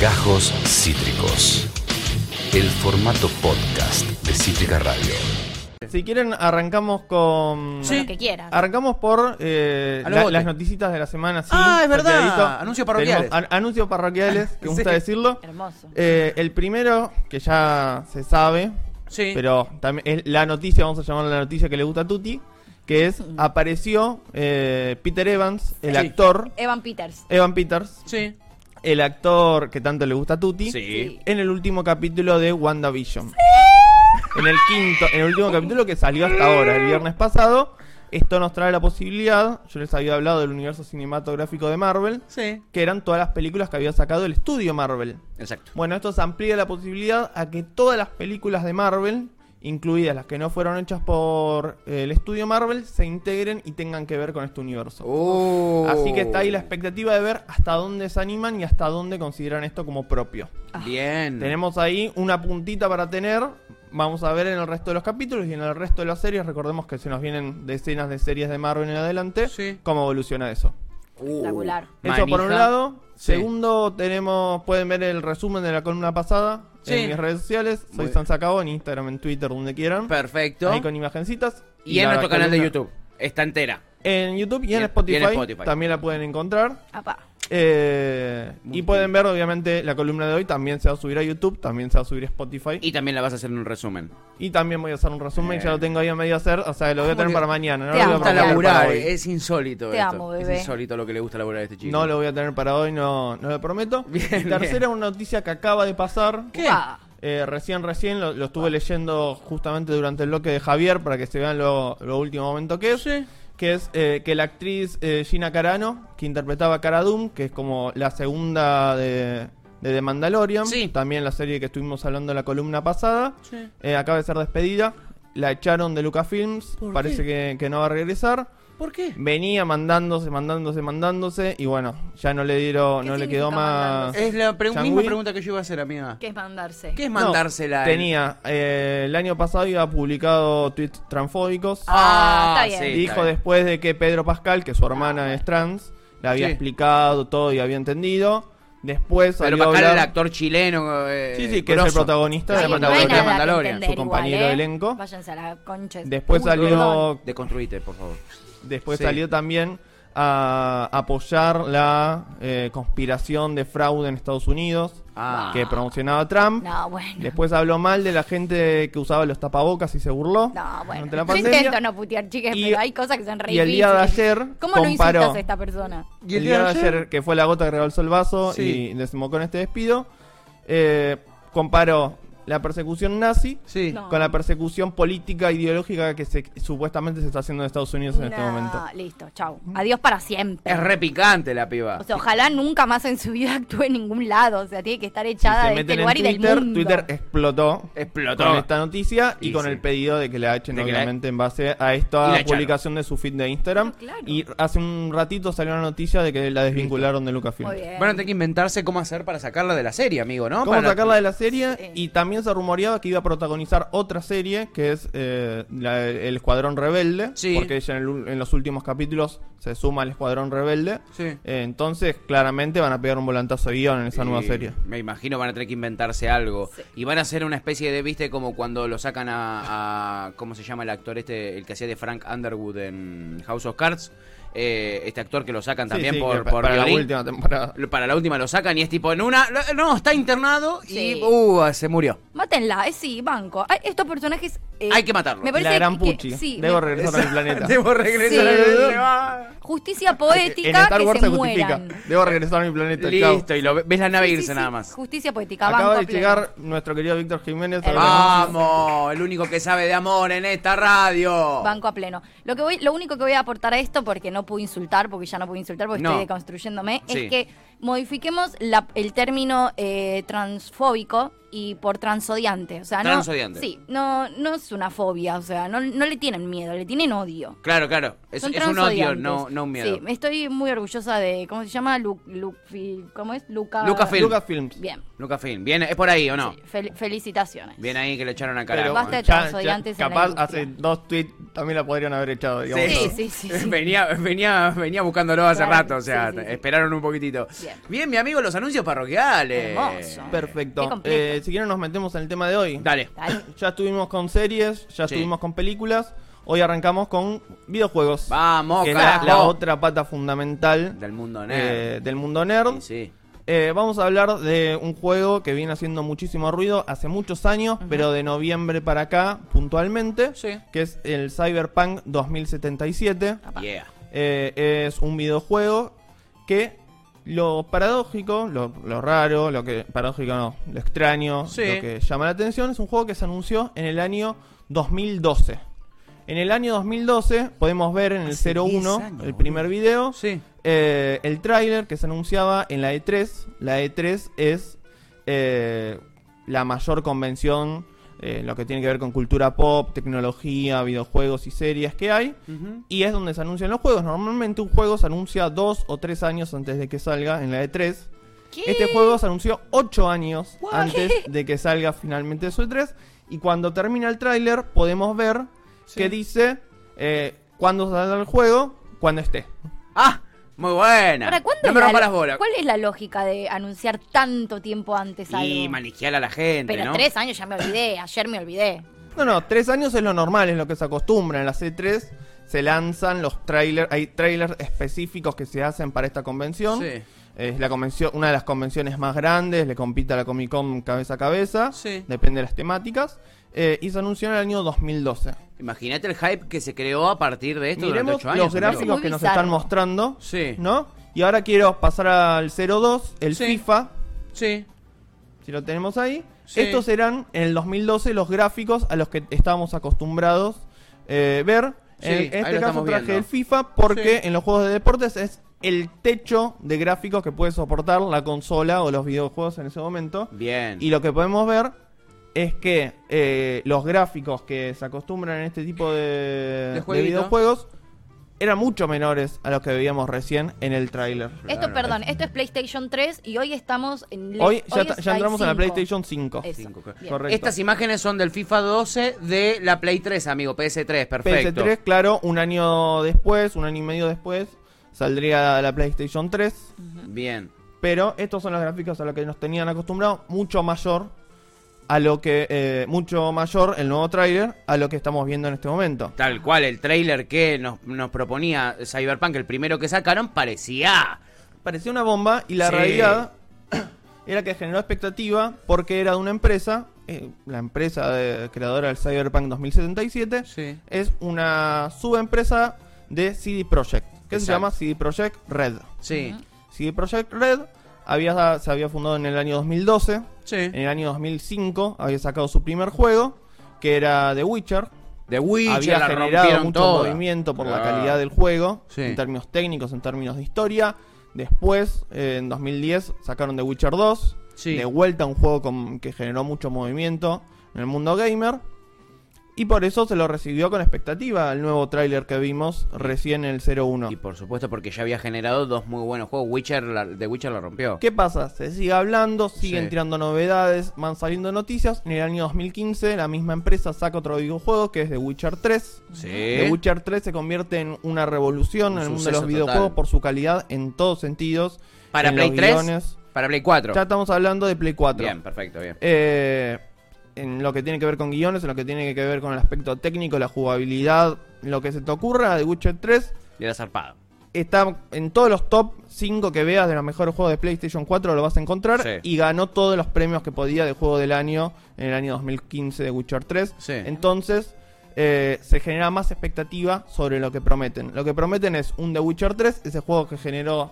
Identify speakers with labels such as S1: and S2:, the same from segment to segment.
S1: Gajos Cítricos. El formato podcast de Cítrica Radio.
S2: Si quieren, arrancamos con.
S3: Sí.
S4: lo que quieras.
S2: Arrancamos por eh,
S3: A lo
S2: la-
S3: bote.
S2: las noticitas de la semana. sí,
S3: Ah, es verdad.
S2: salteadito.
S3: Anuncios parroquiales.
S2: Tenemos an- anuncios parroquiales, que
S3: Sí.
S2: gusta decirlo.
S4: Hermoso.
S2: Eh, el primero, que ya se sabe,
S3: Sí.
S2: pero también es la noticia, vamos a llamarla la noticia que le gusta a Tuti, que es apareció eh, Peter Evans, el
S3: Sí.
S2: actor,
S4: Evan Peters.
S2: Evan Peters,
S3: Sí.
S2: el actor que tanto le gusta a Tuti,
S3: Sí.
S2: en el último capítulo de WandaVision. En el quinto, en el último capítulo que salió hasta ahora, el viernes pasado. Esto nos trae la posibilidad, yo les había hablado del universo cinematográfico de Marvel,
S3: Sí.
S2: que eran todas las películas que había sacado el estudio Marvel.
S3: Exacto.
S2: Bueno, esto se amplía la posibilidad a que todas las películas de Marvel, incluidas las que no fueron hechas por eh, el estudio Marvel, se integren y tengan que ver con este universo.
S4: Uh.
S2: Así que está
S3: Oh.
S2: ahí la expectativa de ver hasta dónde se animan y hasta dónde consideran esto como propio.
S4: Ah.
S3: Bien.
S2: Tenemos ahí una puntita para tener. Vamos a ver en el resto de los capítulos y en el resto de las series. Recordemos que se nos vienen decenas de series de Marvel en adelante.
S3: Sí.
S2: ¿Cómo evoluciona eso?
S4: Espectacular.
S2: Eso Uh. por un
S3: Manija.
S2: lado.
S3: Sí.
S2: Segundo, tenemos, pueden ver el resumen de la columna pasada
S3: Sí.
S2: en mis redes sociales.
S3: Muy
S2: Soy
S3: bien.
S2: Sansa Cabo en Instagram, en Twitter, donde quieran.
S3: Perfecto.
S2: Ahí con imagencitas.
S3: Y en
S2: la
S3: nuestro canal de
S2: columna-
S3: YouTube. Está entera.
S2: En YouTube y,
S3: Y en-
S2: en, Spotify,
S3: y en Spotify.
S2: También la pueden encontrar.
S4: Apa.
S2: Eh,
S3: Muy
S2: y
S3: bien.
S2: pueden ver, obviamente, la columna de hoy. También se va a subir a YouTube, también se va a subir a Spotify.
S3: Y también la vas a hacer en un resumen.
S2: Y también voy a hacer un resumen,
S3: Bien.
S2: ya lo tengo ahí a medio hacer, o sea, lo voy a tener
S3: que-
S2: para mañana, no
S4: Te
S2: lo voy a
S4: amo.
S3: gusta
S2: preparar
S3: laburar.
S2: para hoy.
S3: Es insólito
S4: Te
S3: esto.
S4: amo, bebé.
S3: Es insólito lo que le gusta laburar a este chico.
S2: No lo voy a tener para hoy, no, no lo prometo.
S3: Bien,
S2: y tercera, una noticia que acaba de pasar.
S3: ¿Qué?
S4: Upa.
S2: Eh, recién, recién, lo, lo
S3: Ah.
S2: estuve leyendo justamente durante el bloque de Javier para que se vean lo, lo último momento que es.
S3: Sí.
S2: Que es eh, que la actriz eh, Gina Carano, que interpretaba a Cara Dune, que es como la segunda de, de The Mandalorian,
S3: Sí.
S2: también la serie que estuvimos hablando en la columna pasada,
S3: Sí.
S2: eh, acaba de ser despedida. La echaron de Lucasfilms,
S3: ¿Por
S2: parece que, que no va a regresar.
S3: ¿Por qué?
S2: Venía mandándose, mandándose, mandándose, y bueno, ya no le dieron,
S4: ¿Qué
S2: no le quedó
S4: significa
S2: más.
S4: mandándose?
S3: Es la pre-
S2: Changui.
S3: misma pregunta que yo iba a hacer, amiga.
S4: ¿Qué es mandarse?
S3: ¿Qué es
S2: No,
S3: mandársela?
S2: tenía, eh, el año pasado había publicado tweets transfóbicos.
S3: Ah,
S4: Ah, está
S3: sí,
S4: bien.
S2: dijo
S3: está bien. Ah,
S2: después de que Pedro Pascal, que su hermana es trans, le había
S3: Sí.
S2: explicado todo y había entendido. Después
S3: Pero
S2: salió a
S3: Pascal
S2: hablar-
S3: el actor chileno. eh,
S2: Sí, sí, que es el protagonista
S3: Es
S2: de
S3: el
S4: Ay, no hay
S3: protagonista de
S4: nada que
S3: Mandalorian.
S4: entender
S2: su compañero
S4: igual, ¿eh?
S2: de elenco.
S4: Váyanse a la concha.
S2: Después
S4: Uy, perdón.
S2: salió,
S3: Deconstruite, por favor.
S2: después
S3: Sí.
S2: salió también a apoyar la eh, conspiración de fraude en Estados Unidos
S3: Ah.
S2: que promocionaba Trump.
S4: No, bueno.
S2: Después habló mal de la gente que usaba los tapabocas y se burló
S4: No, bueno.
S2: durante la
S4: Yo
S2: pandemia.
S4: intento no putear, chicas,
S2: Y-
S4: pero hay cosas que son re
S2: y el día de
S4: difíciles.
S2: ayer
S4: ¿Cómo no
S2: comparó-
S4: insultas a esta persona?
S2: el, día de ayer, que fue la gota que rebalsó el vaso
S3: Sí.
S2: y desembocó en este despido, eh, comparó la persecución nazi
S3: Sí.
S4: No.
S2: con la persecución política e ideológica que se- supuestamente se está haciendo en Estados Unidos en este
S4: No,
S2: momento.
S4: Listo, chau. Adiós para siempre.
S3: Es re picante la piba.
S4: O sea, ojalá nunca más en su vida actúe en ningún lado. O sea, tiene que estar
S2: Si se
S4: echada de este
S2: meten
S4: lugar
S2: en
S4: y del
S2: Twitter,
S4: mundo.
S2: Twitter explotó.
S3: Explotó.
S2: Con esta noticia y,
S3: Y
S2: con
S3: sí.
S2: el pedido de que la echen,
S3: De que la-
S2: obviamente, en base a
S3: Y la
S2: esta
S3: echaron.
S2: publicación de su feed de Instagram.
S4: Ah, claro.
S2: Y hace un ratito salió la noticia de que la desvincularon de Lucasfilm.
S4: Muy bien.
S3: Van a tener que inventarse cómo hacer para sacarla de la serie, amigo, ¿no?
S2: ¿Cómo
S3: Para-
S2: sacarla de la serie?
S4: Sí.
S2: Y también se rumoreaba que iba a protagonizar otra serie, que es eh, la- El Escuadrón Rebelde,
S3: Sí.
S2: porque ella en, el ul- en los últimos capítulos se suma al Escuadrón Rebelde.
S3: Sí.
S2: Eh, entonces, claramente van a pegar un volantazo de guión en esa nueva
S3: Y
S2: serie.
S3: Me imagino van a tener que inventarse algo.
S4: Sí.
S3: Y van a hacer una especie de, viste, como cuando lo sacan a, a- ¿Cómo se llama el actor este? El que hacía de Frank Underwood en House of Cards. Eh, este actor que lo sacan también
S2: Sí, sí,
S3: por,
S2: que pa-
S3: por
S2: para la
S3: violín.
S2: última temporada.
S3: Lo- Para la última lo sacan y es tipo en una. lo- No, está internado
S4: Sí.
S3: y. Uh, se murió.
S4: Mátenla, eh, sí, banco. Ay, estos personajes. eh,
S3: Hay que matarlos.
S4: Me parece
S2: La gran
S4: que- que-
S2: Pucci.
S4: sí,
S2: Debo
S4: me-
S2: regresar a mi planeta.
S3: Debo regresar
S4: Sí.
S3: a la- se va.
S4: Justicia
S2: en
S4: poética
S2: Star
S4: que
S2: Wars
S4: se
S2: se justifica.
S4: mueran.
S2: Debo regresar a mi planeta. chao.
S3: Listo, y lo ve- ves la nave
S4: Sí, sí,
S3: irse
S4: sí,
S3: nada más.
S4: Justicia poética, banco.
S2: Acaba de
S4: a pleno.
S2: llegar nuestro querido Víctor Jiménez. a la reunión.
S3: Vamos, el único que sabe de amor en esta radio.
S4: Banco a pleno. Lo que voy, lo único que voy a aportar a esto, porque no pude insultar, porque ya no pude insultar, porque
S3: No.
S4: estoy deconstruyéndome,
S3: Sí.
S4: es que modifiquemos la- el término eh, transfóbico y por transodiante. O sea, no,
S3: Transodiante.
S4: Sí, no, no es una fobia, o sea, no, no le tienen miedo, le tienen odio.
S3: Claro, claro. Es,
S4: Son
S3: es un odio,
S4: transodiantes.
S3: no, no un miedo.
S4: Sí, estoy muy orgullosa de, ¿cómo se llama? Lu, Lu- fi- ¿Cómo es? Luca.
S3: Lucasfilm.
S2: Lucasfilms.
S4: Bien.
S3: Lucasfilm. Bien, ¿Es por ahí o no?
S4: Sí, fel- felicitaciones.
S3: Bien ahí que le echaron a
S2: Pero
S3: cara.
S4: Basta de
S2: ya-
S4: transodiantes
S2: ya-
S4: en la
S2: capaz
S4: industria.
S2: hace dos tweets también la podrían haber echado, digamos.
S4: Sí,
S2: todo.
S4: sí, sí, sí.
S3: Venía, venía, venía buscándolo hace
S4: Claro,
S3: rato, o sea,
S4: sí, sí, sí.
S3: esperaron un poquitito.
S4: Bien.
S3: Bien, mi amigo, los anuncios parroquiales.
S4: Hermoso. Qué
S2: Perfecto.
S4: complejo.
S2: Eh, si quieren nos metemos en el tema de hoy.
S3: Dale.
S4: Dale.
S2: Ya estuvimos con series, ya
S3: Sí.
S2: estuvimos con películas. Hoy arrancamos con videojuegos.
S3: Vamos,
S2: que es la,
S3: carajo.
S2: la otra pata fundamental
S3: Del mundo
S2: eh,
S3: nerd.
S2: del mundo nerd.
S3: Sí, sí.
S2: Eh, vamos a hablar de un juego que viene haciendo muchísimo ruido hace muchos años, pero de noviembre para acá, puntualmente,
S3: Sí.
S2: que es el Cyberpunk 2077.
S3: Yeah.
S2: Eh, es un videojuego que lo paradójico, lo, lo raro, lo que paradójico no, lo extraño,
S3: Sí.
S2: lo que llama la atención, es un juego que se anunció en el año 2012. En el año 2012 podemos ver en el
S3: Hace
S2: 01,
S3: 10 años,
S2: el primer
S3: boludo.
S2: video,
S3: Sí.
S2: eh, el tráiler que se anunciaba en la E3. La E3 es eh, la mayor convención, eh, en lo que tiene que ver con cultura pop, tecnología, videojuegos y series que hay.
S3: Ujú.
S2: Y es donde se anuncian los juegos. Normalmente un juego se anuncia dos o tres años antes de que salga en la E3.
S4: ¿Qué?
S2: Este juego se anunció ocho años
S4: What?
S2: antes de que salga finalmente su E3. Y cuando termina el tráiler podemos ver que dice eh, cuándo saldrá el juego, cuando esté.
S3: Ah, muy buena.
S4: Ahora, ¿cuándo
S3: no
S4: es
S3: me
S4: la
S3: rompa
S4: lo-
S3: las bolas.
S4: ¿Cuál es la lógica de anunciar tanto tiempo antes algo?
S3: Y maniquear a la gente,
S4: Pero
S3: ¿no?
S4: tres años ya me olvidé, ayer me olvidé.
S2: No, no, tres años es lo normal, es lo que se acostumbra. En la C3 se lanzan los trailers, hay trailers específicos que se hacen para esta convención.
S3: Sí.
S2: Es la convención, una de las convenciones más grandes, le compite a la Comic Con cabeza a cabeza,
S3: Sí.
S2: depende de las temáticas. Eh, y se anunció en el año 2012.
S3: Imagínate el hype que se creó a partir de esto durante
S2: Miremos
S3: ocho años.
S2: los gráficos
S4: Muy
S2: que nos
S4: bizarro.
S2: están mostrando,
S3: Sí.
S2: ¿no? Y ahora quiero pasar al 02, el
S3: Sí.
S2: FIFA,
S3: amigo. Sí.
S2: si lo tenemos ahí.
S3: Sí.
S2: Estos eran en el 2012 los gráficos a los que estábamos acostumbrados eh, ver.
S3: Sí,
S2: en
S3: ahí lo
S2: este caso
S3: estamos
S2: traje
S3: viendo.
S2: el FIFA porque
S3: Sí.
S2: en los juegos de deportes es el techo de gráficos que puede soportar la consola o los videojuegos en ese momento.
S3: Bien.
S2: Y lo que podemos ver es que eh, los gráficos que se acostumbran en este tipo de, de
S3: jueguito.
S2: videojuegos eran mucho menores a los que veíamos recién en el tráiler.
S4: Esto, perdón, esto es PlayStation 3 y hoy estamos en... le-
S2: Hoy ya,
S4: es
S2: ta- ya entramos en la
S4: 5.
S2: PlayStation 5.
S4: Eso,
S3: Cinco,
S4: bien.
S2: Correcto.
S3: Estas imágenes son del FIFA 12 de la Play 3, amigo. PS3, perfecto.
S2: PS3, claro, un año después, un año y medio después, saldría la PlayStation 3.
S3: Bien.
S2: Pero estos son los gráficos a los que nos tenían acostumbrados, mucho mayor a lo que eh, mucho mayor el nuevo tráiler a lo que estamos viendo en este momento.
S3: Tal cual, el trailer que nos, nos proponía Cyberpunk, el primero que sacaron, parecía.
S2: Parecía una bomba y la
S3: Sí.
S2: realidad era que generó expectativa porque era de una empresa, eh, la empresa de- creadora del Cyberpunk 2077,
S3: Sí.
S2: es una subempresa de CD Projekt, que se
S3: Exacto.
S2: llama CD Projekt Red.
S3: Sí.
S2: CD Projekt Red había, se había fundado en el año 2012, en
S3: Sí.
S2: el año 2005 había sacado su primer juego, que era The Witcher,
S3: The Witcher la
S2: había generado
S3: rompieron
S2: mucho
S3: toda.
S2: movimiento por la
S3: Ah.
S2: calidad del juego,
S3: Sí.
S2: en términos técnicos, en términos de historia. Después, eh, en 2010, sacaron The Witcher 2,
S3: Sí.
S2: de vuelta un juego con- que generó mucho movimiento en el mundo gamer. Y por eso se lo recibió con expectativa el nuevo tráiler que vimos recién en el 01.
S3: Y por supuesto, porque ya había generado dos muy buenos juegos. Witcher, la- The Witcher la rompió.
S2: ¿Qué pasa? Se sigue hablando, siguen
S3: Sí.
S2: tirando novedades, van saliendo noticias. En el año 2015, la misma empresa saca otro videojuego que es The Witcher 3.
S3: Sí.
S2: The Witcher 3 se convierte en una revolución
S3: Un
S2: en el mundo de
S3: suceso
S2: los videojuegos
S3: total.
S2: por su calidad en todos sentidos.
S3: Para
S2: en
S3: Play
S2: los
S3: 3.
S2: guiones.
S3: Para Play 4.
S2: Ya estamos hablando de Play 4.
S3: Bien, perfecto, bien.
S2: Eh, en lo que tiene que ver con guiones, en lo que tiene que ver con el aspecto técnico, la jugabilidad, lo que se te ocurra, The Witcher 3
S3: Y era zarpado.
S2: Eh. está en todos los top 5 que veas de los mejores juegos de PlayStation 4 lo vas a encontrar
S3: Sí.
S2: y ganó todos los premios que podía de juego del año en el año 2015 de Witcher 3.
S3: Sí.
S2: Entonces eh, se genera más expectativa sobre lo que prometen. Lo que prometen es un The Witcher 3, ese juego que generó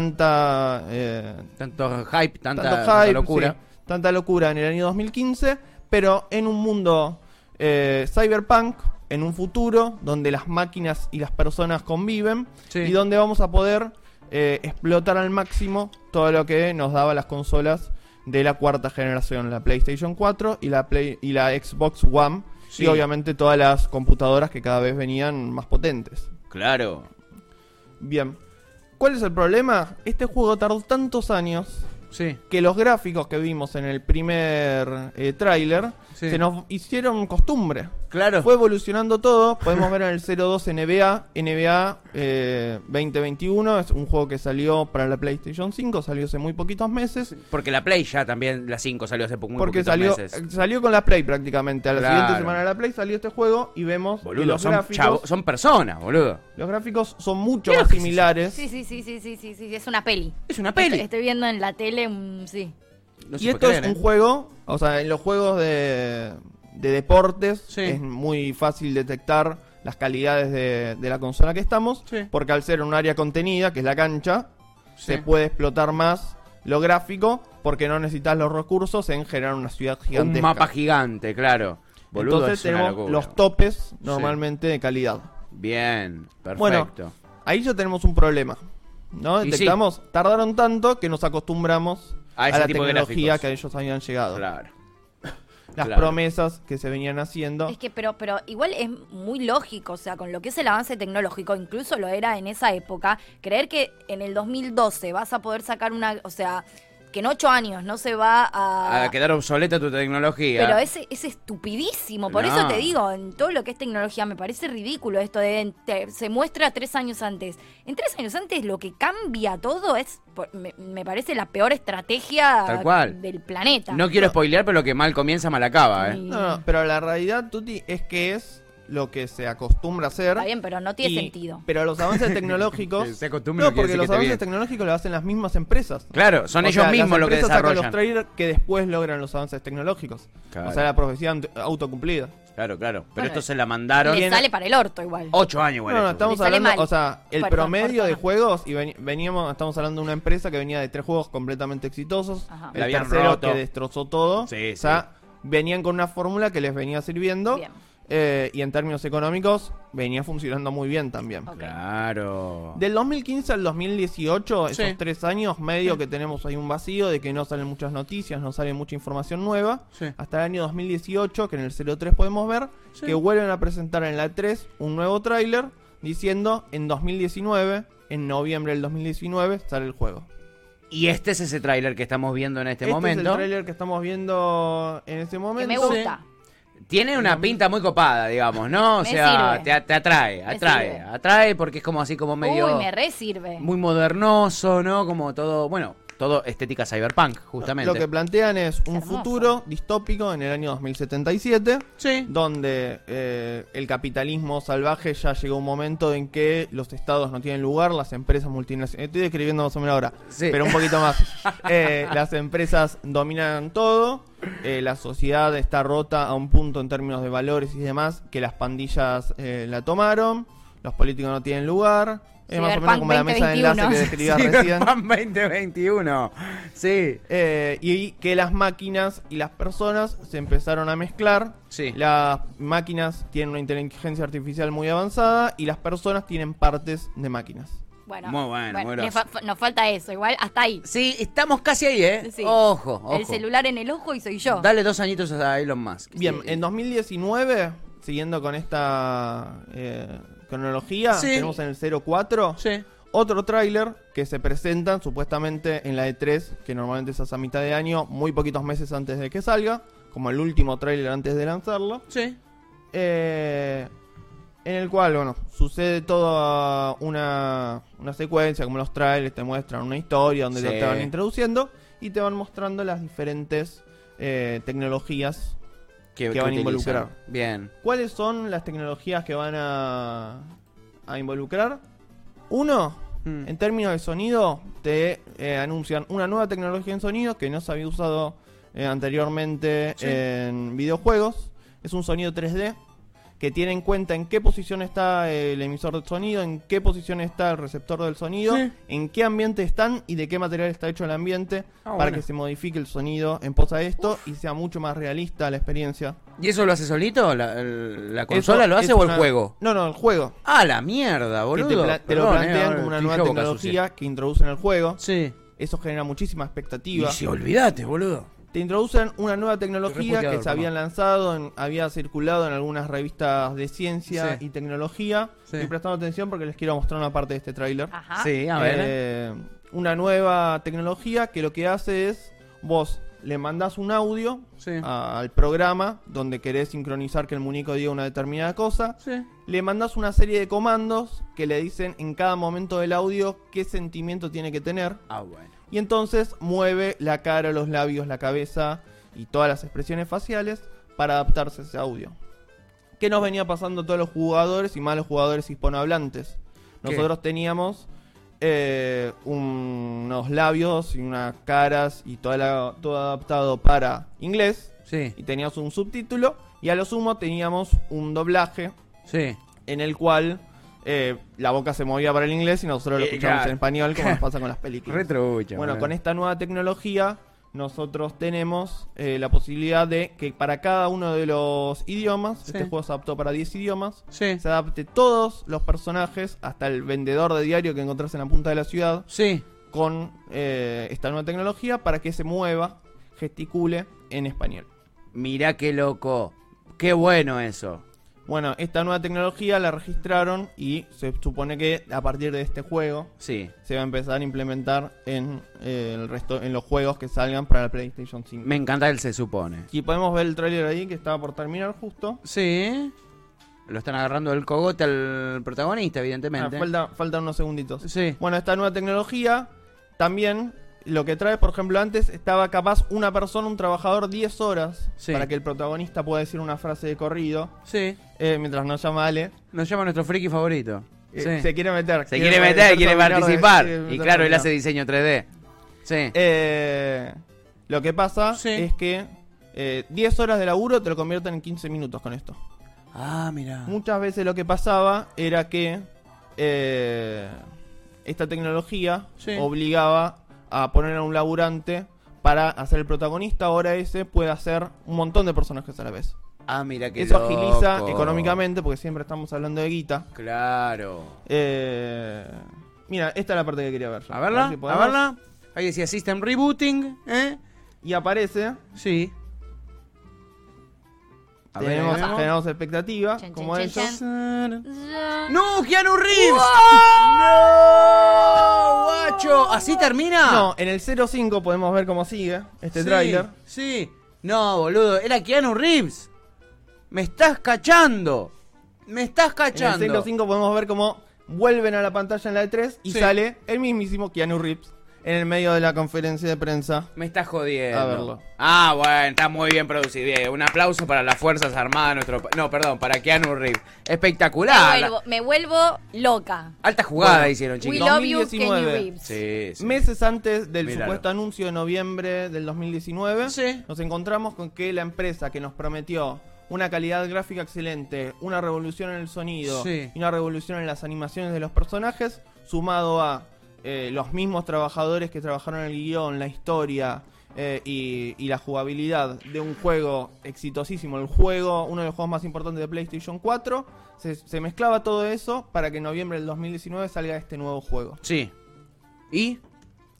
S2: tanta eh,
S3: Tanto hype, tanta,
S2: tanto
S3: tanta
S2: hype,
S3: locura.
S2: sí, tanta locura en el año 2015, pero en un mundo eh, cyberpunk, en un futuro donde las máquinas y las personas conviven
S3: Sí.
S2: y donde vamos a poder eh, explotar al máximo todo lo que nos daba las consolas de la cuarta generación, la PlayStation 4 y la Play y la Xbox One
S3: Sí.
S2: y obviamente todas las computadoras que cada vez venían más potentes.
S3: Claro.
S2: Bien. ¿Cuál es el problema? Este juego tardó tantos años
S3: Sí.
S2: que los gráficos que vimos en el primer eh, tráiler
S3: Sí.
S2: se nos hicieron costumbre.
S3: Claro.
S2: Fue evolucionando todo. Podemos ver en el 02 NBA, NBA eh, 2021. Es un juego que salió para la PlayStation 5, salió hace muy poquitos meses.
S3: Porque la Play ya también, la 5 salió hace po- muy
S2: Porque
S3: poquitos
S2: salió,
S3: meses.
S2: salió con la Play prácticamente. A la
S3: Claro.
S2: siguiente semana de la Play salió este juego y vemos que
S3: Boludo,
S2: los,
S3: son,
S2: gráficos,
S3: chavo- son personas, boludo.
S2: los gráficos son mucho
S3: Claro
S2: más
S3: que sí.
S2: similares.
S4: Sí, sí, sí, sí, sí, sí, sí, es una peli.
S3: Es una peli.
S4: Estoy, estoy viendo en la tele, un sí.
S3: No se
S2: y
S3: puede
S2: esto
S3: creer,
S2: es un
S3: ¿eh?
S2: juego, o sea, en los juegos de, de deportes
S3: Sí.
S2: es muy fácil detectar las calidades de, de la consola que estamos,
S3: Sí.
S2: porque al ser un área contenida, que es la cancha,
S3: Sí.
S2: se puede explotar más lo gráfico, porque no necesitas los recursos en generar una ciudad gigantesca.
S3: Un mapa gigante, claro. Boludo,
S2: Entonces
S3: es una
S2: tenemos
S3: locura.
S2: los topes normalmente de calidad.
S3: Bien, perfecto.
S2: Bueno, ahí ya tenemos un problema. ¿No?
S3: Y sí.
S2: Detectamos, tardaron tanto que nos acostumbramos
S3: A
S2: a,
S3: ese
S2: la
S3: tipo de
S2: tecnología
S3: gráficos.
S2: que ellos habían llegado.
S3: claro.
S2: Las
S3: claro.
S2: promesas que se venían haciendo.
S4: Es que, pero, pero igual es muy lógico, o sea, con lo que es el avance tecnológico, incluso lo era en esa época, creer que en el 2012 vas a poder sacar una, o sea, que en ocho años no se va a...
S3: Ah, A quedar obsoleta tu tecnología.
S4: Pero es, es estupidísimo. Por eso
S3: No.
S4: te digo, en todo lo que es tecnología, me parece ridículo esto de en- te- se muestra tres años antes. En tres años antes lo que cambia todo es, por- me, me parece la peor estrategia
S3: Tal cual.
S4: del planeta.
S3: No quiero spoilear, pero lo que mal comienza, mal acaba,
S4: Sí.
S3: ¿eh?
S2: No, no, pero la realidad, Tuti, es que es lo que se acostumbra a hacer.
S4: Está bien, pero no tiene
S2: Y-
S4: sentido.
S2: Pero los avances tecnológicos.
S3: Se acostumbra y
S2: no,
S3: no quiere
S2: porque
S3: decir que
S2: los
S3: esté
S2: avances
S3: bien.
S2: tecnológicos lo hacen las mismas empresas.
S3: Claro, son
S2: O
S3: ellos
S2: sea,
S3: mismos
S2: las
S3: los que
S2: empresas sacan
S3: desarrollan.
S2: los trailers que después logran los avances tecnológicos.
S3: Claro.
S2: O sea, la profecía ant- autocumplida.
S3: Claro, claro. Pero
S4: Bueno,
S3: esto se la
S4: Le
S3: mandaron
S4: sale para el orto igual.
S3: ocho años, güey.
S2: no, no, estamos
S4: Le sale
S2: hablando,
S4: mal.
S2: o sea, el
S4: Perdón,
S2: promedio de
S4: perdón.
S2: juegos y veni- veníamos, estamos hablando de una empresa que venía de tres juegos completamente exitosos,
S4: Ajá.
S3: La
S2: el
S3: habían
S2: tercero
S3: roto.
S2: que destrozó todo,
S3: Sí,
S2: o sea, venían con una fórmula que les venía sirviendo
S4: Bien.
S2: eh, y en términos económicos venía funcionando muy bien también.
S4: Ok.
S3: Claro.
S2: Del 2015 al 2018,
S3: Sí.
S2: esos tres años, medio que tenemos ahí un vacío de que no salen muchas noticias, no sale mucha información nueva.
S3: Sí.
S2: Hasta el año 2018, que en el 03 podemos ver,
S3: Sí.
S2: que vuelven a presentar en la 3 un nuevo tráiler diciendo en 2019, en noviembre del 2019, sale el juego.
S3: Y este es ese tráiler que estamos viendo en este,
S2: este es el
S3: momento.
S2: tráiler que estamos viendo en este
S4: Que
S2: momento.
S4: me gusta.
S3: Tiene una pinta muy copada, digamos, ¿no? O
S4: Me
S3: sea,
S4: sirve.
S3: te, te atrae,
S4: Me
S3: atrae,
S4: sirve.
S3: atrae porque es como así como medio
S4: Uy, me re sirve.
S3: muy modernoso, ¿no? Como todo, bueno, todo estética cyberpunk, justamente.
S2: Lo que plantean es un
S4: Hermoso.
S2: futuro distópico en el año 2077.
S3: Sí.
S2: donde eh, el capitalismo salvaje ya llegó a un momento en que los estados no tienen lugar, las empresas multinacionales, eh, estoy describiendo más o menos ahora,
S3: Sí.
S2: pero un poquito más, Eh, las empresas dominan todo, eh, la sociedad está rota a un punto en términos de valores y demás, que las pandillas eh, la tomaron, los políticos no tienen lugar, es más o menos
S4: Cyberpunk
S2: como la mesa de enlace que
S4: 2021.
S2: describía recién.
S3: Cyberpunk 2021. Sí.
S2: Eh, y que las máquinas y las personas se empezaron a mezclar.
S3: Sí.
S2: Las máquinas tienen una inteligencia artificial muy avanzada y las personas tienen partes de máquinas.
S4: Bueno,
S3: Muy bueno, muy
S4: le
S3: grosso.
S4: fa- nos falta eso, igual hasta ahí.
S3: Sí, estamos casi ahí, ¿eh?
S4: Sí.
S3: Ojo, ojo.
S4: El celular en el ojo y soy yo.
S3: Dale dos añitos a Elon Musk.
S2: Bien, en 2019, siguiendo con esta eh, cronología,
S3: Sí.
S2: tenemos en el 04
S3: Sí.
S2: otro tráiler que se presentan supuestamente en la E3, que normalmente es a mitad de año, muy poquitos meses antes de que salga, como el último tráiler antes de lanzarlo.
S3: Sí.
S2: eh, en el cual, bueno, sucede toda una, una secuencia, como los trailers te muestran una historia donde
S3: Sí.
S2: te van introduciendo y te van mostrando las diferentes eh, tecnologías.
S3: Que,
S2: van a
S3: utilizan.
S2: involucrar.
S3: Bien.
S2: ¿Cuáles son las tecnologías que van a, a involucrar? Uno,
S3: Mm.
S2: en términos de sonido, te eh, anuncian una nueva tecnología en sonido que no se había usado eh, anteriormente
S3: Sí.
S2: en videojuegos. Es un sonido 3D que tiene en cuenta en qué posición está el emisor del sonido, en qué posición está el receptor del sonido,
S3: Sí.
S2: en qué ambiente están y de qué material está hecho el ambiente
S3: Ah,
S2: para
S3: bueno.
S2: que se modifique el sonido en pos a esto y sea mucho más realista la experiencia.
S3: ¿Y eso lo hace solito? ¿La, el- la consola
S2: Eso
S3: lo hace
S2: es
S3: o el
S2: una-
S3: juego?
S2: No, no, el juego.
S3: Ah, la mierda,
S2: Que
S3: boludo.
S2: te, pla- te lo
S3: Perdón, eh,
S2: plantean
S3: ahora
S2: como una
S3: estoy
S2: nueva
S3: yo boca
S2: tecnología que introducen al juego.
S3: sucia. Sí.
S2: Eso genera muchísima expectativa.
S3: Y si olvidate, boludo.
S2: Te introducen una nueva tecnología
S3: Reputeador,
S2: que se habían lanzado, en- había circulado en algunas revistas de ciencia
S3: Sí.
S2: y tecnología.
S3: Sí.
S2: Estoy prestando atención porque les quiero mostrar una parte de este tráiler.
S4: Ajá.
S3: Sí, Ah. a ver. ¿eh?
S2: Eh, una nueva tecnología que lo que hace es vos le mandas un audio
S3: Sí.
S2: a- al programa donde querés sincronizar que el muñeco diga una determinada cosa.
S3: Sí.
S2: Le mandas una serie de comandos que le dicen en cada momento del audio qué sentimiento tiene que tener.
S3: Ah, bueno.
S2: Y entonces mueve la cara, los labios, la cabeza y todas las expresiones faciales para adaptarse a ese audio. ¿Qué nos venía pasando a todos los jugadores y más los jugadores hispanohablantes?
S3: ¿Qué?
S2: Nosotros teníamos eh, un- unos labios y unas caras y toda la- todo adaptado para inglés
S3: Sí,
S2: y teníamos un subtítulo y a lo sumo teníamos un doblaje
S3: sí.
S2: en el cual eh, la boca se movía para el inglés y nosotros lo
S3: Eh,
S2: escuchamos
S3: claro.
S2: en español como nos pasa con las películas.
S3: Retrobucha.
S2: Bueno, con esta nueva tecnología nosotros tenemos eh, la posibilidad de que para cada uno de los idiomas,
S3: Sí.
S2: este juego se adaptó para 10 idiomas,
S3: Sí.
S2: se adapte todos los personajes, hasta el vendedor de diario que encontrás en la punta de la ciudad,
S3: Sí.
S2: con eh, esta nueva tecnología para que se mueva, gesticule en español.
S3: Mirá qué loco. Qué bueno eso.
S2: Bueno, esta nueva tecnología la registraron y se supone que a partir de este juego
S3: Sí.
S2: se va a empezar a implementar en, eh, el resto, en los juegos que salgan para la PlayStation 5.
S3: Me encanta el se supone.
S2: Y podemos ver el tráiler ahí que estaba por terminar justo. Ah,
S3: Sí. Lo están agarrando del cogote al protagonista,
S2: Ah,
S3: evidentemente.
S2: falta, faltan unos segunditos.
S3: Sí.
S2: Bueno, esta nueva tecnología también lo que trae, por ejemplo, antes estaba capaz una persona, un trabajador, 10 horas
S3: Sí.
S2: para que el protagonista pueda decir una frase de corrido
S3: Sí.
S2: eh, mientras nos llama Ale.
S3: Nos llama nuestro friki favorito.
S2: Eh,
S3: Sí.
S2: Se eh, quiere meter.
S3: Se quiere meter, quiere
S2: terminar de-
S3: participar.
S2: quiere
S3: Y
S2: meter
S3: claro, él
S2: terminar.
S3: hace diseño 3D. Sí.
S2: Eh, lo que pasa
S3: Sí.
S2: es que eh, 10 horas de laburo te lo convierten en 15 minutos con esto.
S3: Ah, mira.
S2: Muchas veces lo que pasaba era que eh, esta tecnología
S3: Sí.
S2: obligaba a poner a un laburante para hacer el protagonista. Ahora ese puede hacer un montón de personajes a la vez.
S3: Ah, mira qué
S2: Eso
S3: loco.
S2: agiliza económicamente porque siempre estamos hablando de guita.
S3: Claro.
S2: Eh, mira, esta es la parte que quería ver. yo.
S3: A verla,
S2: A ver si
S3: a
S2: podemos.
S3: verla. Ahí decía System Rebooting, ¿eh?
S2: Y aparece.
S3: Sí. A ver,
S2: tenemos,
S3: ahí vemos.
S2: generamos expectativas
S4: Chan,
S2: como
S4: chan,
S2: ellos.
S4: chan, chan.
S3: ¡No, Keanu Reeves! ¡No, guacho! ¿Así termina?
S2: No, en el 05 podemos ver cómo sigue este
S3: Sí,
S2: tráiler.
S3: Sí. No, boludo, era Keanu Reeves. Me estás cachando. Me estás
S2: En
S3: cachando.
S2: el 05 podemos ver cómo vuelven a la pantalla en la E3 y
S3: Sí.
S2: sale el mismísimo Keanu Reeves en el medio de la conferencia de prensa.
S3: Me estás jodiendo.
S2: A verlo.
S3: Ah, bueno, está muy bien producido. Bien, Un aplauso para las Fuerzas Armadas, de nuestro... pa- No, perdón, para Keanu Reeves. Espectacular.
S4: Me vuelvo, me vuelvo loca.
S3: Alta jugada
S2: Bueno,
S3: hicieron,
S4: We
S3: chicos.
S2: Willow.
S4: love you, Kenny
S2: 2019.
S4: Reeves.
S3: Sí, sí.
S2: Meses antes del
S3: Míralo.
S2: supuesto anuncio de noviembre del 2019,
S3: Sí.
S2: nos encontramos con que la empresa que nos prometió una calidad gráfica excelente, una revolución en el sonido
S3: Sí.
S2: y una revolución en las animaciones de los personajes, sumado a eh, los mismos trabajadores que trabajaron el guión, la historia eh, y, y la jugabilidad de un juego exitosísimo, el juego, uno de los juegos más importantes de PlayStation 4, se, se mezclaba todo eso para que en noviembre del 2019 salga este nuevo juego.
S3: Sí. ¿Y?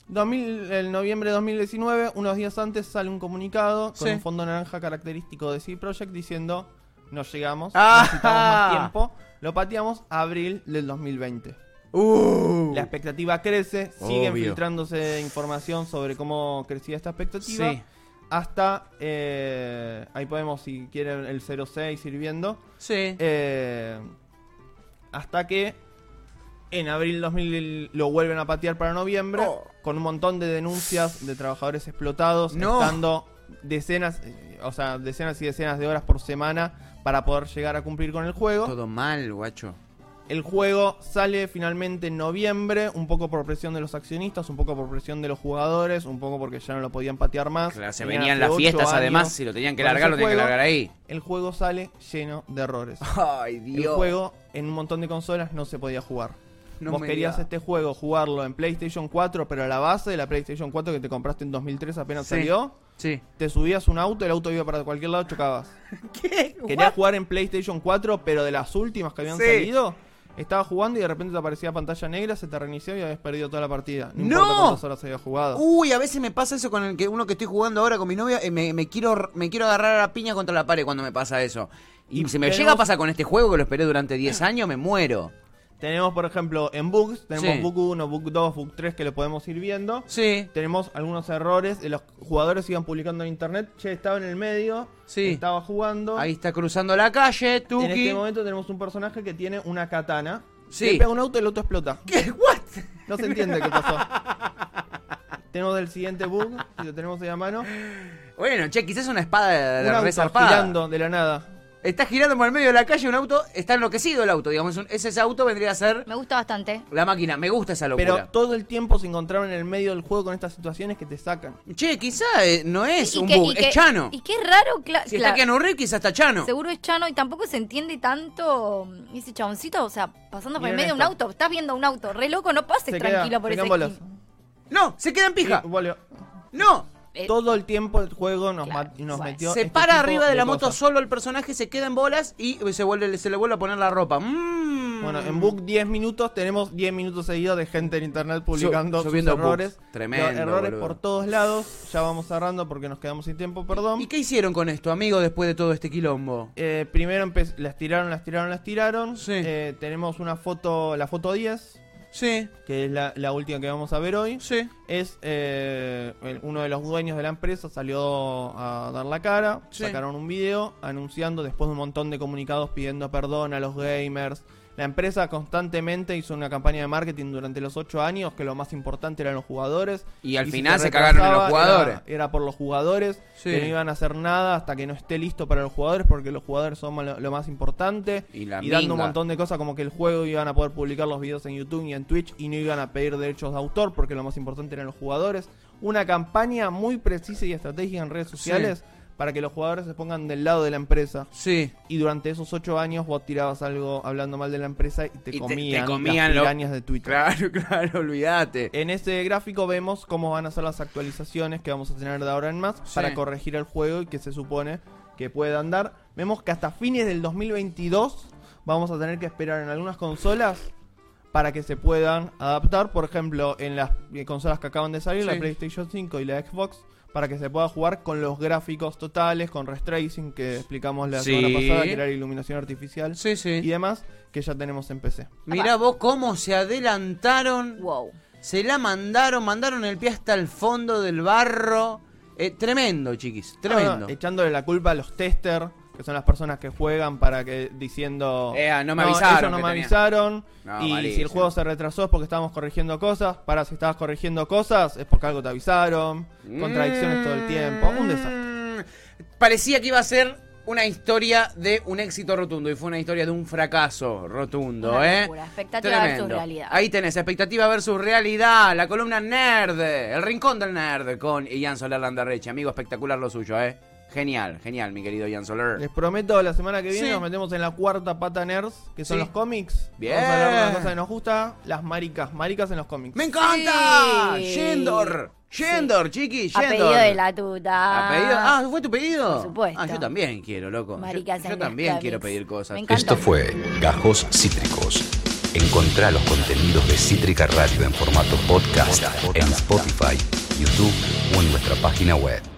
S2: 2000, el noviembre de 2019, unos días antes, sale un comunicado con
S3: Sí.
S2: un fondo naranja característico de CD Projekt diciendo: No llegamos,
S3: Ah.
S2: necesitamos más tiempo. Lo pateamos a abril del 2020.
S3: Uh.
S2: La expectativa crece, siguen
S3: Obvio.
S2: filtrándose información sobre cómo crecía esta expectativa.
S3: Sí.
S2: Hasta eh, ahí podemos, si quieren, el 06 ir viendo.
S3: Sí.
S2: Eh, hasta que en abril 2000 lo vuelven a patear para noviembre
S3: Oh.
S2: con un montón de denuncias de trabajadores explotados,
S3: No.
S2: estando decenas, eh, o sea, decenas y decenas de horas por semana para poder llegar a cumplir con el juego.
S3: Todo mal, guacho.
S2: El juego sale finalmente en noviembre, un poco por presión de los accionistas, un poco por presión de los jugadores, un poco porque ya no lo podían patear más.
S3: Claro, se
S2: Tenían
S3: venían
S2: hace
S3: las
S2: ocho
S3: fiestas
S2: años
S3: además, si lo tenían que
S2: con
S3: largar,
S2: ese
S3: lo tenían que
S2: juego.
S3: largar ahí.
S2: El juego sale lleno de errores.
S3: Ay,
S2: El juego en un montón de consolas no se podía jugar.
S3: No
S2: Vos
S3: me
S2: querías
S3: digas.
S2: este juego jugarlo en PlayStation 4, pero a la base de la PlayStation 4 que te compraste en 2003 apenas
S3: Sí.
S2: salió,
S3: Sí.
S2: te subías un auto, el auto iba para cualquier lado, chocabas. Querías jugar en PlayStation 4, pero de las últimas que habían
S3: Sí.
S2: salido, estabas jugando y de repente te aparecía pantalla negra, se te reinició y habías perdido toda la partida. No,
S3: ¡No! Uh.
S2: importa cuántas horas habías jugado.
S3: Uy, a veces me pasa eso con el que uno que estoy jugando ahora con mi novia, eh, me, me quiero me quiero agarrar a la piña contra la pared cuando me pasa eso. Y,
S2: Y
S3: si me
S2: tenemos-
S3: llega a pasar con este juego que lo esperé durante 10 años, me muero.
S2: Tenemos, por ejemplo, en Bugs, tenemos
S3: Sí.
S2: Book 1, Book 2, Book 3 que lo podemos ir viendo.
S3: Sí.
S2: Tenemos algunos errores, eh, los jugadores iban publicando en internet, che, estaba en el medio,
S3: Sí.
S2: estaba jugando.
S3: Ahí está cruzando la calle, Tuki.
S2: En este momento tenemos un personaje que tiene una katana.
S3: Sí.
S2: Le pega un auto y el auto explota.
S3: ¿Qué? ¿What?
S2: No se entiende qué pasó. tenemos el siguiente bug, si lo tenemos ahí a mano.
S3: Bueno, che, quizás una espada de
S2: un
S3: la
S2: auto girando de la nada.
S3: Está girando por el medio de la calle un auto, está enloquecido el auto, digamos, es un- ese, ese auto vendría a ser
S4: Me gusta bastante.
S3: la máquina. Me gusta esa
S2: Pero
S3: locura.
S2: todo el tiempo se encontraron en el medio del juego con estas situaciones que te sacan.
S3: Che, quizá eh, no es
S4: Y
S3: un
S4: que-
S3: bug,
S4: y
S3: es
S4: que-
S3: Chano.
S4: Y qué raro, cla-
S3: si
S4: claro.
S3: está Keanu Reeves, quizá está Chano.
S4: Seguro es Chano y tampoco se entiende tanto mm, ese chaboncito, o sea, pasando por
S2: Miren
S4: el medio de un
S2: esto.
S4: auto, estás viendo un auto, re loco, no pases
S2: Se queda-
S4: tranquilo por
S2: se
S4: ese
S2: quedan bolas.
S4: esquina.
S3: No, se queda en pija.
S2: Y volvió.
S3: No.
S4: Eh,
S2: Todo el tiempo el juego nos,
S4: Claro,
S2: mat- nos
S4: bueno.
S2: metió.
S3: Se
S2: este
S3: para
S2: tipo
S3: arriba de la moto
S2: cosas.
S3: solo el personaje, se queda en bolas y eh, se, vuelve, se le vuelve a poner la ropa. Mm.
S2: Bueno, en Book 10 minutos tenemos 10 minutos seguidos de gente en internet publicando sus
S3: subiendo bugs.
S2: errores.
S3: Tremendo,
S2: Los errores
S3: boludo.
S2: por todos lados. Ya vamos cerrando porque nos quedamos sin tiempo, perdón.
S3: ¿Y qué hicieron con esto, amigo, después de todo este quilombo?
S2: Eh, primero empe- las tiraron, las tiraron, las tiraron.
S3: Sí.
S2: Eh, tenemos una foto, la foto 10,
S3: Sí,
S2: que es la, la última que vamos a ver hoy.
S3: sí.
S2: Es eh, el- uno de los dueños de la empresa, salió a dar la cara,
S3: Sí.
S2: sacaron un video anunciando después de un montón de comunicados pidiendo perdón a los gamers. La empresa constantemente hizo una campaña de marketing durante los ocho años que lo más importante eran los jugadores.
S3: Y al
S2: si
S3: final se cagaron en los
S2: retrasaba, era-
S3: jugadores.
S2: Era, por los jugadores,
S3: Sí.
S2: que no iban a hacer nada hasta que no esté listo para los jugadores porque los jugadores son lo, lo más importante.
S3: Y la
S2: dando un
S3: minga.
S2: montón de cosas como que el juego iban a poder publicar los videos en YouTube y en Twitch y no iban a pedir derechos de autor porque lo más importante eran los jugadores. Una campaña muy precisa y estratégica en redes sociales para que los jugadores se pongan del lado de la empresa.
S3: Sí.
S2: Y durante esos ocho años vos tirabas algo hablando mal de la empresa y te
S3: Y te- te
S2: comían,
S3: comían lo-
S2: las pirañas de Twitter.
S3: Claro, claro, olvídate.
S2: En este gráfico vemos cómo van a ser las actualizaciones que vamos a tener de ahora en más
S3: Sí.
S2: para corregir el juego y que se supone que puede andar. Vemos que hasta fines del 2022 vamos a tener que esperar en algunas consolas para que se puedan adaptar. Por ejemplo, en las eh, consolas que acaban de salir, la
S3: Sí.
S2: PlayStation 5 y la Xbox, para que se pueda jugar con los gráficos totales, con restracing que explicamos la
S3: Sí.
S2: semana pasada, que era la iluminación artificial
S3: Sí,
S2: y
S3: sí.
S2: demás, que ya tenemos en PC.
S3: Mirá vos cómo se adelantaron.
S4: Wow.
S3: Se la mandaron, mandaron el pie hasta el fondo del barro. Eh, tremendo, chiquis, tremendo.
S2: Ah, echándole la culpa a los tester, que son las personas que juegan para que diciendo.
S3: Eh, ah, no me avisaron
S2: ellos no
S3: que
S2: me
S3: tenía".
S2: avisaron.
S3: No,
S2: y si
S3: malísimo.
S2: el juego se retrasó es porque estábamos corrigiendo cosas. Para si estabas corrigiendo cosas es porque algo te avisaron.
S3: Mm.
S2: Contradicciones todo el tiempo. Un desastre.
S3: desastre. Mm, Parecía que iba a ser una historia de un éxito rotundo y fue una historia de un fracaso rotundo,
S4: Una
S3: ¿eh?
S4: locura. Expectativa versus realidad.
S3: Ahí tenés, expectativa versus realidad, la columna nerd, el rincón del nerd con Ian Soler Landarreche, amigo espectacular lo suyo, ¿eh? Genial, genial, mi querido Ian
S2: Les
S3: Soler.
S2: prometo, la semana que viene
S3: Sí.
S2: nos metemos en la cuarta pata nerds, que son
S3: Sí.
S2: los cómics.
S3: Bien.
S2: Vamos a hablar de una cosa que nos gusta, las maricas. Maricas en los cómics.
S3: ¡Me encanta!
S4: Sí.
S3: ¡Yendor! ¡Yendor, chiqui!
S4: A
S3: ¡Yendor!
S4: pedido de la tuta.
S3: ¿A pedido? Ah, ¿fue tu pedido?
S4: Por supuesto.
S3: Ah, yo también quiero, loco. Yo-
S4: Maricas en
S3: yo
S4: los
S3: también quiero
S4: cómics.
S3: pedir cosas.
S4: Me encanta.
S1: Esto fue Gajos Cítricos. Encontrá los contenidos de Cítrica Radio en formato podcast en Spotify, YouTube o en nuestra página web.